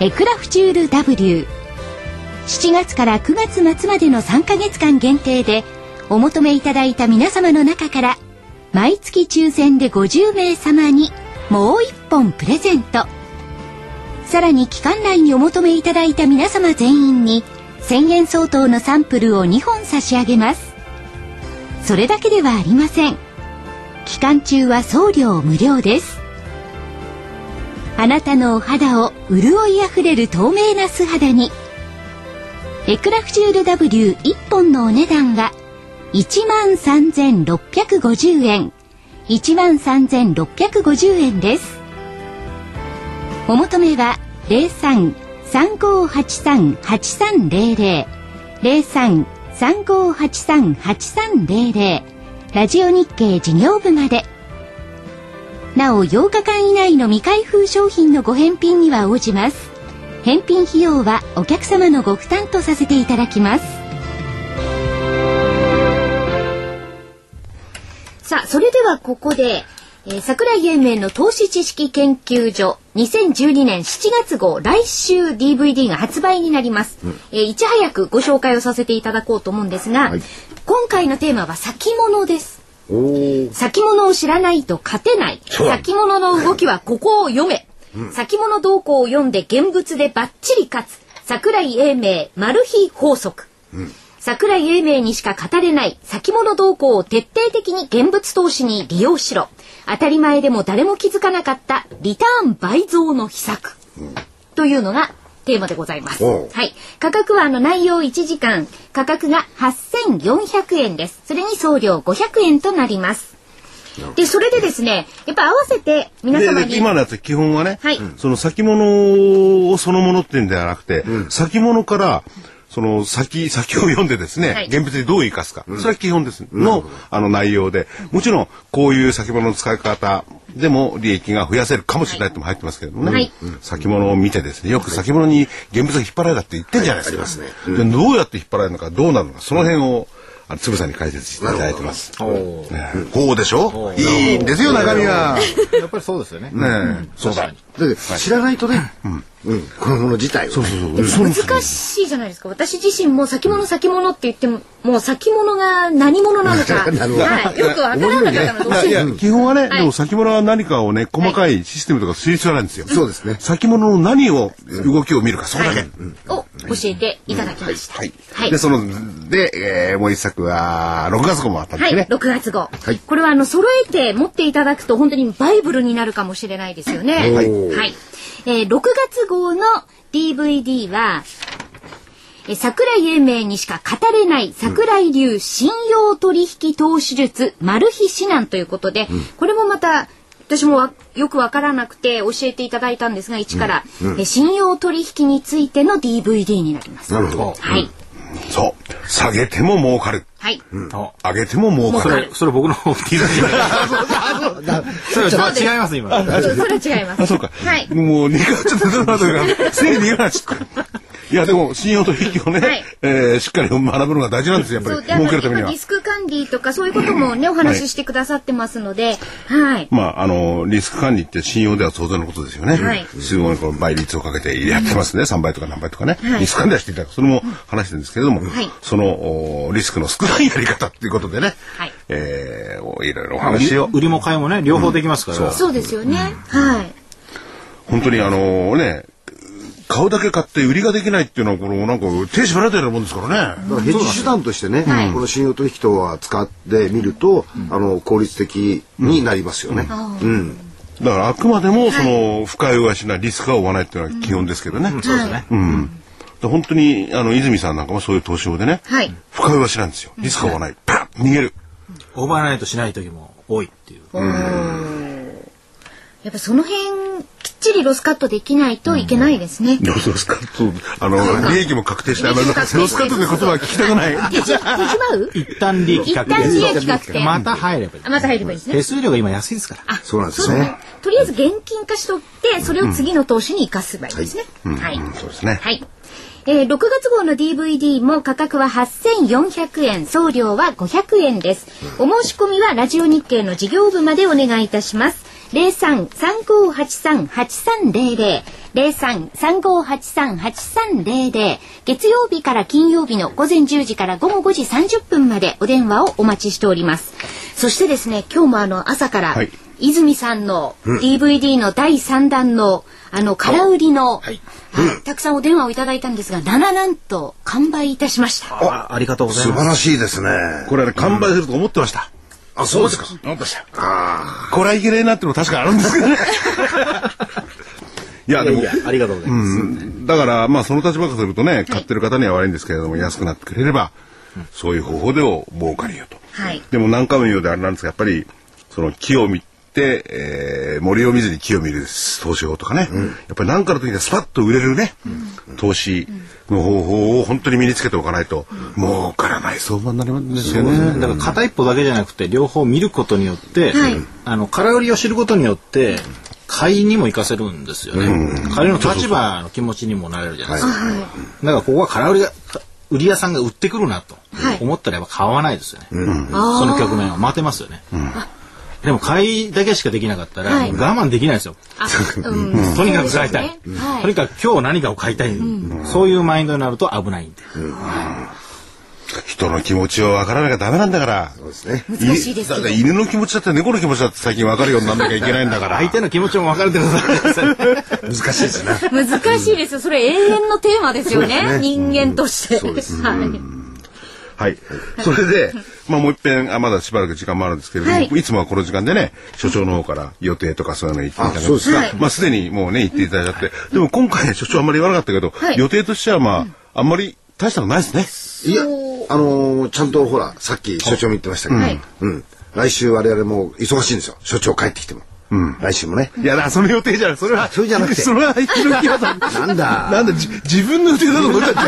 エクラフチュール W7 月から9月末までの3ヶ月間限定でお求めいただいた皆様の中から毎月抽選で50名様にもう1本プレゼントさらに期間内にお求めいただいた皆様全員に1000円相当のサンプルを2本差し上げます。それだけではありません。期間中は送料無料です。あなたのお肌を潤いあふれる透明な素肌に。エクラフチュール W1 本のお値段は13,650円。13,650円です。お求めは03-3583-8300 03-3583-8300ラジオ日経事業部までなお8日間以内の未開封商品のご返品には応じます返品費用はお客様のご負担とさせていただきますさあ、それではここで、えー桜井英明の投資知識研究所2012年7月号来週 DVD が発売になります、えーいち早くご紹介をさせていただこうと思うんですが、
はい
今回のテーマは先物です
おー
先物を知らないと勝てない
そう
先物の動きはここを読め、先物動向を読んで現物でバッチリ勝つ桜井英明マル秘法則、桜井英明にしか語れない先物動向を徹底的に現物投資に利用しろ当たり前でも誰も気づかなかったリターン倍増の秘策、というのがテーマでございます。
おう
はい。価格はあの内容1時間、価格が8400円です。それに送料500円となります。で、それでですね、やっぱ合わせて皆様
で
に。
で今のやつ基本はね、
はい
その先物をそのものっていうんではなくて、先物からその先 先を読んでですね、
はい
現物にどう生かすか、それは基本です、のあの内容でもちろんこういう先物の使い方でも利益が増やせるかもしれないっても入ってますけどもね、
はい
先物を見てですねよく先物に現物が引っ張られたって言ってんじゃないですか、
はいあります
でどうやって引っ張られるのかどうなるのかその辺をあのつぶさんに解説していただいてます。ねこうでしょいいんですよ中身は。
やっぱりそうですよね。
ねえ、そうだ。
だって知らないとね、うん、このもの自体をね。そうそうそう。
難しいじゃないですか。私自身も先物先物って言っても、もう先物が何物なのか、
なるほど
はい、よくわからなかったので教
いやい
え
や
て、
基本はね、
はい
でも先物は何かをね、細かいシステムとか数日はないんですよ。
そうですね
先物の何を、動きを見るか、それだけ。
を教えていただきました。
はい。
はい
で、その、で、えーもう一作は、6月号もあったんで
は
す
い、
ね。
6月号。
はい
これはあの揃えて持っていただくと本当にバイブルになるかもしれないですよね。
は
はいい。えー6月号の DVD は、えー桜井英明にしか語れない桜井流信用取引投資術マル秘指南ということで、これもまた私もわよくわからなくて教えていただいたんですが一から、えー信用取引についての DVD になります。
なるほど
はい、
そう。下げても儲かる。
はい、
あ
上げても儲
そ
かる。
れ、それ僕の方 T シャツ。それは違います、今。
そそれは違います。
あ、そうか。
はい
もう2回ちょっと出たから、整理できないちょっといや、でも、信用取引をね、
はい
えーしっかり学ぶのが大事なんですよ、やっ
そう
ぱり。
であの
儲けるために
今
は
リ。スク管理とかそういうこともねお話ししてくださってますので、はい。
まあ、あの、リスク管理って信用では当然のことですよね。
はい
すごいこの倍率をかけてやってますね。3倍とか何倍とかね。リスク管理はしていただく。それも話してるんですけれども、
はい
そのおリスクの少ないやり方っていうことでね、
はい
えーおいろいろお話を、
売りも買いもね、両方できますから。
そうですよね。はい。
本当にあのね、買うだけ買って売りができないっていうのは、このなんか手縛られてるようなもんですからね。
だからヘッジ手段としてね、
はい
この信用取引とは使ってみると、あの効率的になりますよね。うん。
だからあくまでもその深いはしないリスクは負わないっていうのは基本ですけどね。そうですね。うん。で本当にあの泉さんなんかもそういう投資法でね、
はい
深いはしないんですよ。リスクは負わない。パッ逃げる。
オーバーナイトしない時も多いっていう。
やっぱその辺きっちりロスカットできないといけないですね。
ロスカット。あの、利益も確定して、あの、
利益
なんか
確定して
ロスカットって言葉は聞きたく ない。
手じ手じまう？
一旦利益
一
確
旦利
定。
益確定。
また入ればいい
あ。また入ればいいですね
手。数料が今安いですから。
そうなんです
そう
ね
ね。。とりあえず現金化しとってそれを次の投資に生かす場合ですね。はい。
そうですね。
はい。えー、6月号の DVD も価格は8400円、送料は500円です。お申し込みはラジオ日経の事業部までお願いいたします。03-3583-8300、03-3583-8300、月曜日から金曜日の午前10時から午後5時30分までお電話をお待ちしております。そしてですね、今日もあの朝から、
はい
泉さんの DVD の第3弾の、あの、空売りの、はいたくさんお電話をいただいたんですが、なななんと完売いたしました。
あありがとうござい
素
ま
晴
す。
らしいですね。
これはね、完売すると思ってました。
あ、そうですか。
思ってました。これはいけねえなってのも確かあるんですけど ね。いや、でも、
ありがとうございます。
だから、まあ、その立場からするとね、買ってる方には悪いんですけれども、安くなってくれれば、そういう方法でも儲かるよと。
はい
でも何回も言うようであれなんですが、やっぱり、その木を見て、えー森を見ずに木を見る投資法とかね、やっぱり何かの時にはスパッと売れるね、投資の方法を本当に身につけておかないと、儲からない相場になりますよね。
だから片一方だけじゃなくて両方見ることによって、
はい
あの空売りを知ることによって買いにも活かせるんですよね。買いの立場の気持ちにもなれるじゃないですか。だからここは空売りがか売り屋さんが売ってくるなと
はい
思ったらやっぱ買わないですよね、
あー
その局面を待てますよね、でも買いだけしかできなかったら、
はい
我慢できないですよ、
あ、うん
とにかく買いたい、
そうですねはい
とにかく今日何かを買いたい、そういうマインドになると危ないんで、
人の気持ちを分からなきゃダメなんだから。そうですね。
難しいですけど
だから犬の気持ちだって猫の気持ちだって最近分かるようになんなきゃいけないんだから。
相手の気持ちも分かれてください
難しいですね。
難しいですよ。それ永遠のテーマですよね。人間として。はい。
はい。それで、まあもう一遍、あ、まだしばらく時間もあるんですけれども、
はい
い、つもはこの時間でね、所長の方から予定とかそういうの言っていただくん
あそうですか
がまあすでにもうね、言っていただいちゃって、でも今回所長あんまり言わなかったけど、
はい
予定としてはまあ、あんまり大したのないですね。
いや、あのーちゃんとほら、さっき所長も言ってましたけど、
はい
うん。来週我々も忙しいんですよ。所長帰ってきても。来週もね。
いや、だからその予定じゃない。それは、
それじゃなくて
それは、ひろきはさん。
なんだ
なんだ、じ自分の予定だと思っちゃった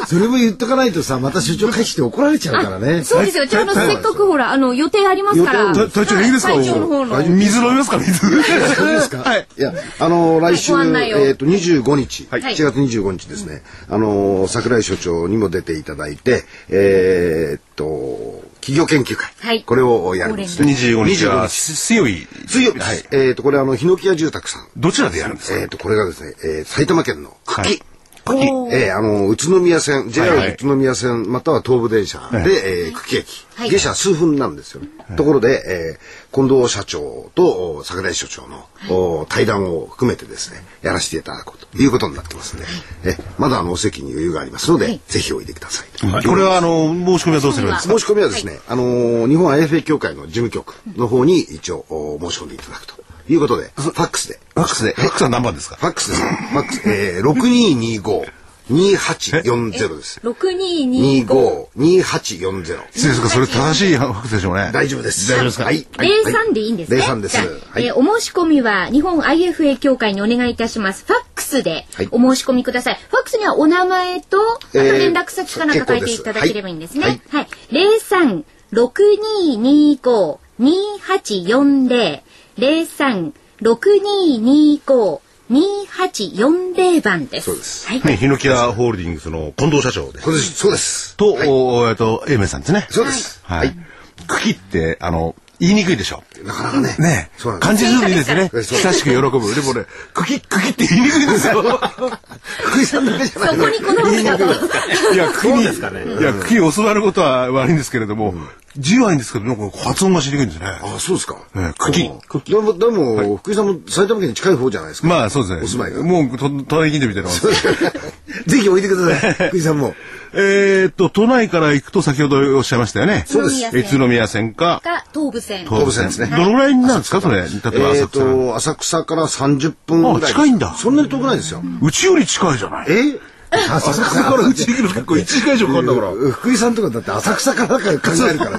よ。
それも言っとかないとさ、また所長帰ってきて怒られちゃうからね。
そうですよ。ちょうど
そう
せっかくほら、あの、予定ありますから。
た隊長いいですか
はい隊長の方の。
水飲みますか水。
そうですか。
はい。
いや、あのー来週、
ご案内を
えっ、と、25日、
はい
7月25日ですね、あのー桜井所長にも出ていただいて、えーっと、企業研究会、
はい
これをやるんですね。
25日は
25
水曜日。
水曜日です。
はい
えーっと、これあの、ヒノキ屋住宅さん。
どちらでやるんですか
えーっと、これがですね、えー埼玉県の久喜。
はい
おー
えーあの、宇都宮線、
はいは
JR
い
宇都宮線、または東武電車で、
い
えー久喜駅、
はい
下車数分なんですよね。ところで、えー近藤社長とお桜井所長の、お対談を含めてですね、やらせていただこうということになってますんで、えまだあの、お席に余裕がありますので、
はい
ぜひおいでくださいと。
これはあの申し込みはどうすればいいですか
申し込みはですね、あのー日本 IFA 協会の事務局の方に一応お申し込んでいただくということで、ファックスで。
ファックスでファックスは何番ですか
ファックスですね。ファックス、えー、6225。2840です。
六二二五。
252840
失礼ですかそれ正しいファックスでしょうね
大丈夫です。
大丈夫ですか
はい。はい
零三でいいんですね。
零三です
じゃあ。
はい
えーお申し込みは日本 IFA 協会にお願いいたします。ファックスで
はい
お申し込みください。ファックスにはお名前とあと
えー
連絡先かなんか書いていただければいいんですね
結構。
はい。零三六二二五二八四零零三六二二五二八四零番です。
そうです
はい。
ねヒノキ屋ホールディングスの近藤社長です
そうです。そうです。
と、おえっと英明さんですね
そうです。
はい、茎ってあの言いにくいでしょ
なかなかね。
ね
そうなんです
漢字通りですね
そう
親
です
しく喜ぶでもね茎茎って言いにくいですよ
福井さんだけじゃない。
そこにこの方 が
いや茎ですかねいや茎を教わることは悪いんですけれども字はいいんですけどなんか発音がしにくいんですね
あ、そうですか。
ええ茎
茎。でも、でも、福井さんも埼玉県に近い方じゃないですか。
まあそうですね
お住まいが
もうと隣近所みたいなもんです
ぜひおいでくだ さい。福井さんも。
えーっと、都内から行くと先ほどおっしゃいましたよね。
そうです
宇都宮線か、
か東武線。
東武線ですね
どのぐらいになるんですか、それ。例えば
え
浅
っ
草から。
と、浅草から30分ぐら
あ
い。
近いんだ
そんなに遠くないですよ。
うちより近いじゃない。
え浅草からうちに来る結構1時間以上かかるんだから。福井さんとかだって浅草からだから考えるから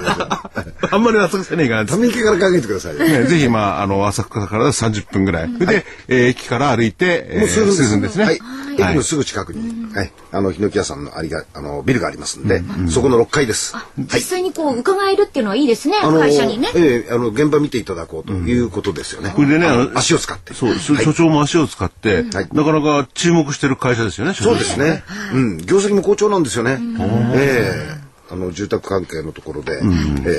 ね。
あんまり浅草には行かな いで
た
す。
め池から考えてくださいよ。
ね、ぜひ、まあ、あの、浅草から30分ぐらい。で、えー駅から歩いて、えー
もう数分です
数分ですね。
はい。駅
はい
のすぐ近くに、はい。あの、ヒノキ屋さんのありが、あの、ビルがありますんで、そこの6階です。
実際にこう伺えるっていうのはいいですね。
あの、
会社にね。
ええ、あの、現場見ていただこうということですよね。
これでね、あ
あ
の
の足を使って。
そう、
はい
所所長も足を使って、な
はい
かなか注目してる会社ですよね、所長
そうですね。うん。業績も好調なんですよね。ええ。あの、住宅関係のところで、え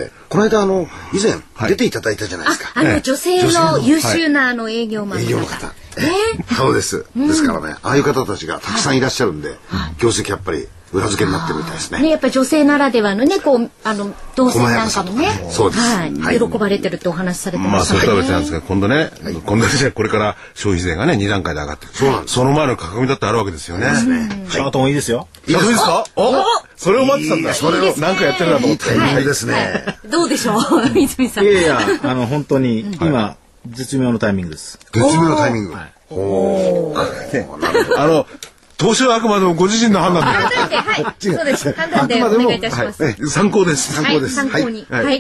え、この間、あの、以前、出ていただいたじゃないですか。
あの女性の優秀なあの営業マン
営業
の
の
方
方。。
ね。
そうです。ですからね、ああいう方たちがたくさんいらっしゃるんで、業績やっぱり裏付けになってるみたいです
ね、
ね。
やっぱ女性ならではのね、こう、あの、動線なんかもね
細やかさとか。ねそうです
はい
は
喜
い
ばれてるってお話しされて
ま
ま
あ、
し
そ
た
ういったわ
ね。
けなんですが、今度ね、今度じゃこれから消費税がね、2段階で上がってくる。
そうなんです
その前の価格だってあるわけですよね。
シャート もいいですよ
いいですかおそれを待ってた
い
ん
いで
だ。
すね
をなんかやってるな
い
と思
い
って。
タイミングですね。
どうでしょう泉さん。
いやいやあの本当に今絶妙のタイミングです
絶妙なタイミング。
あの、投資はあくまでもご自身の判断で。
判断で、はい。そうです。判断でお願いいたします。
はいえ参考です。参
は
考
い、
です。
参考に。
はい
はい。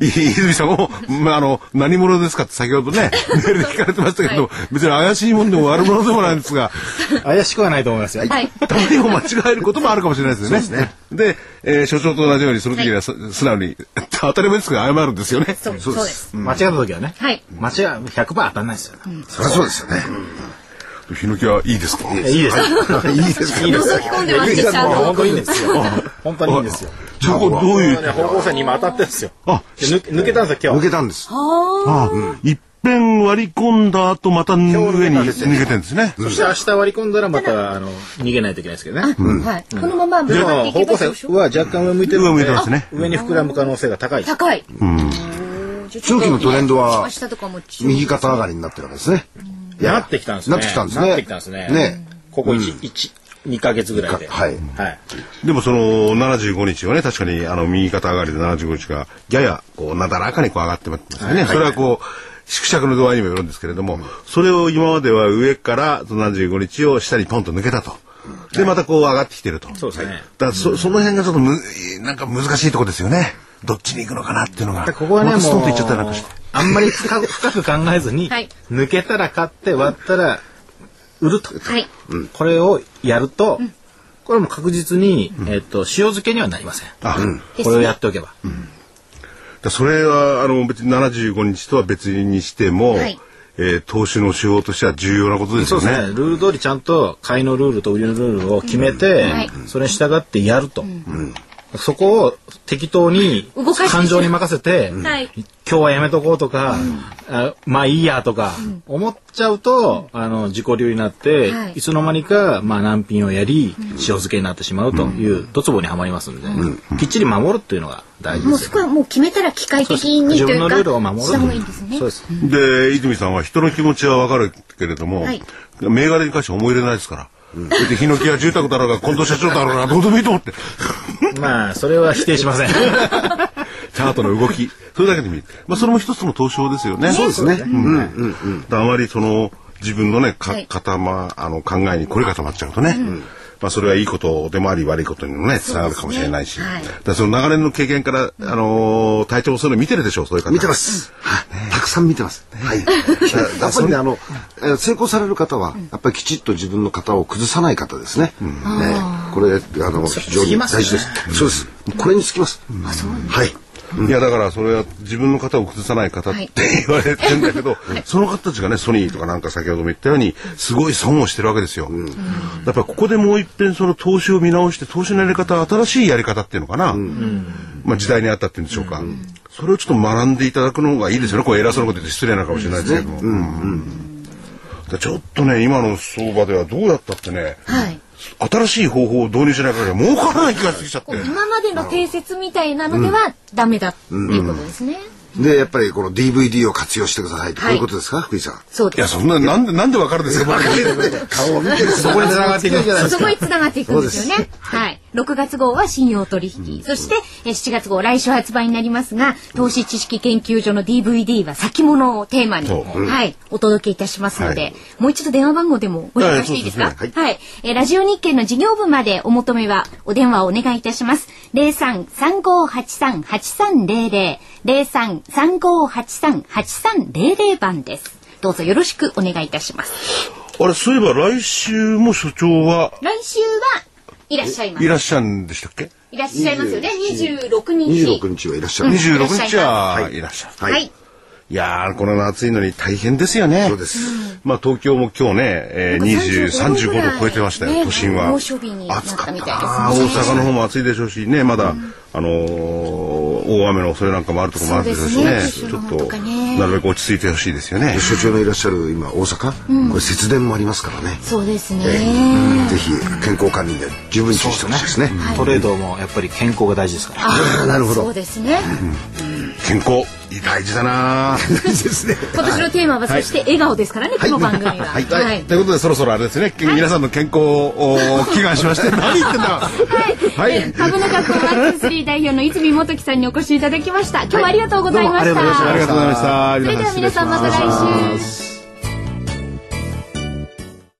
い泉さんも、まあ、あの、何者ですかって先ほど ね、メールで聞かれてましたけど、別に怪しいもんでも悪者でもないんですが、
怪しくはないと思いますよ
はい。
たまにも間違えることもあるかもしれないですよね。でえー所長と同じように、その時にはそ素直に、当たり前ですけど謝るんですよね。
そう、そうです。
間違った時はね
はい。
間違い100%当たんないですよ
そりゃそうですよね。
ヒノキはいいですか。
いいです。
いいですか
いいで
覗
す
き込んでますちゃん
本
と。
当にいいんですよ。本当にいいんですよ。
そこどういう。
ね、方向性に今当たってるんですよ。
あ
で抜け抜けたんですよ、
抜
今日。
けたんです。
あ、一遍割り込んだ後、また上に抜けてんですね。
そして明日割り込んだらまた、あの、逃げないといけないですけどね。
はい。このまま
で
向かって
も、
いけ
方
ばそ
向
う
性
でしょ
は若干上向いてる
上
の
向い
で
てますね、
上に膨らむ可能性が高い。
高い。
長期のトレンドは
下とかも注意
右肩上がりになってるわけですね。
なってきたんですね。
なってきたんですね。
なってきたんですね。
ね
ここ1、一2ヶ月ぐらいで。
かはい
はい。
でもその75日はね、確かにあの右肩上がりで75日がややこうなだらかにこう上がってますよね。それはこう、縮尺の度合いにもよるんですけれども、それを今までは上からその75日を下にポンと抜けたと。で、またこう上がってきてると。
そうですね
はいだからそその辺がちょっとむ、なんか難しいとこですよね。どっちに行くのかなっていうのが。
ここはね、
ま
も
たストン
う
と行っちゃったりなんかして。、
あんまり深く深く考えずに
はい、
抜けたら買って割ったら売ると。
はい。
これをやると、これも確実に、えっと、塩漬けにはなりません。
あ、うん
これをやっておけば。
だそれはあの別に75日とは別にしても、
はい
えー投資の手法としては重要なことです
そう
よ
ですね
ね。
ルール通りちゃんと買いのルールと売りのルールを決めて、
はい
それに従ってやると、そこを適当に
動かして
感情に任せて、
はい
今日はやめとこうとか、あまあいいやとか思っちゃうと、あの自己流になって、
はい
い、つの間にか、まあ、難品をやり塩漬けになってしまうというドツボにはまりますんで、きっちり守るっていうのが大事
も
で
う
すよ
そこはもう決めたら機械的に
自
とい
分
う
の
か、
ルールを守る
した方がいいんですね。
そうです
で泉さんは人の気持ちはわかるけれども、
はい
銘柄に関して思い入れないですから。だってヒノキや住宅だろうが近藤社長だろうがどうでもいいと 思って
まあそれは否定しません
チャートの動きそれだけで見る、まあ、それも一つの投資法ですよねそうです
ね
うんうんだからあまりその自分のねか、
はい
固まあの考えにこれ固まっちゃうとね、まあ、それはいいことでもあり悪いことにもねつながるかもしれないし、
そうですねはい
だからその長年の経験から、あのー体調もそういうの見てるでしょうそういう方
見てます。はいたくさん見てます。はい。やっぱりね、あの、えー成功される方は、やっぱりきちっと自分の型を崩さない方ですね。ねこれ、あの、非常
つき
に
ま
大
す
事で
ね
す。そうです。これにつきます。はい。
いやだからそれは自分の型を崩さない方っ
は
て
い
言われてんだ けど、その方たちがねソニーとかなんか先ほども言ったようにすごい損をしてるわけですよ、やっぱここでもう一遍その投資を見直して投資のやり方新しいやり方っていうのかな、まあ、時代にあったっていうんでしょうか、それをちょっと学んでいただくのがいいですよねこう偉そうなこと言って失礼なのかもしれないですけども、だからちょっとね今の相場ではどうやったってね
はい。
新しい方法を導入しない限りは儲からない気がしてきちゃって。
今までの定説みたいなのではダメだっていうことですね。
で、やっぱりこの DVD を活用してください。こ
はいう
いうことですか、福井さん。
そう
い
で
や、
す。
そんな、なんで、なんでわかるんですか、バカに
顔を見てる。
そこに繋がっていくんじゃないで
そ
すか
こに繋がっていくんですよね。はい。6月号は信用取引。そして、えー7月号、来週発売になりますが、投資知識研究所の DVD は先物をテーマに、
そう
はい、お届けいたしますので、
はい
もう一度電話番号でもご紹介していいですか、
は
はいい
そう
えーラジオ日経の事業部までお求めは、お電話をお願いいたします。03-3583-8300、03-3583-8300番です。どうぞよろしくお願いいたします。
あれ、そういえば来週も所長は
来週はいらっしゃいます
い。らっしゃるんでしたっけ
いらっしゃいますよね。二十六日。
26日はいらっしゃる。
?26
いらっしゃいます
日はいらっしゃる。
はい。
いやー、この暑いのに大変ですよね。
そうです。
まあ、東京も今日ね、えー、20、
35
35度超えてました
ね
よ、都心は。
猛暑日になったみたい
ああ、
です
大
ね。
阪の方も暑いでしょうしね、まだ、あのー大雨の恐れなんかもあるところもあるでしょうし
そ
ね、
うですね
ちょっ
九州の方
と
とか、ね
なるべく落ち着いてほしいですよね。
所長のいらっしゃる今、大阪、これ節電もありますからね。
そうですね。
ぜひ、健康管理で十分注意してほしいですね。
トレードもやっぱり健康が大事ですから
あーなるほど
そうですね。
健康、大事だなー
ですね。
今年のテーマはそして笑顔ですからね、この番組は。
はい、
は
はい
い
と。いうことでそろそろあれですね、皆さんの健康を祈願しまして何言ってんだは
えー株の学校ワンツースリー代表の泉元樹さんにお越しいただきました。今日はありがとうございました。
はいどうもありがとうございました
ありがとうござ
それ
いました
では皆さんまた来週。
週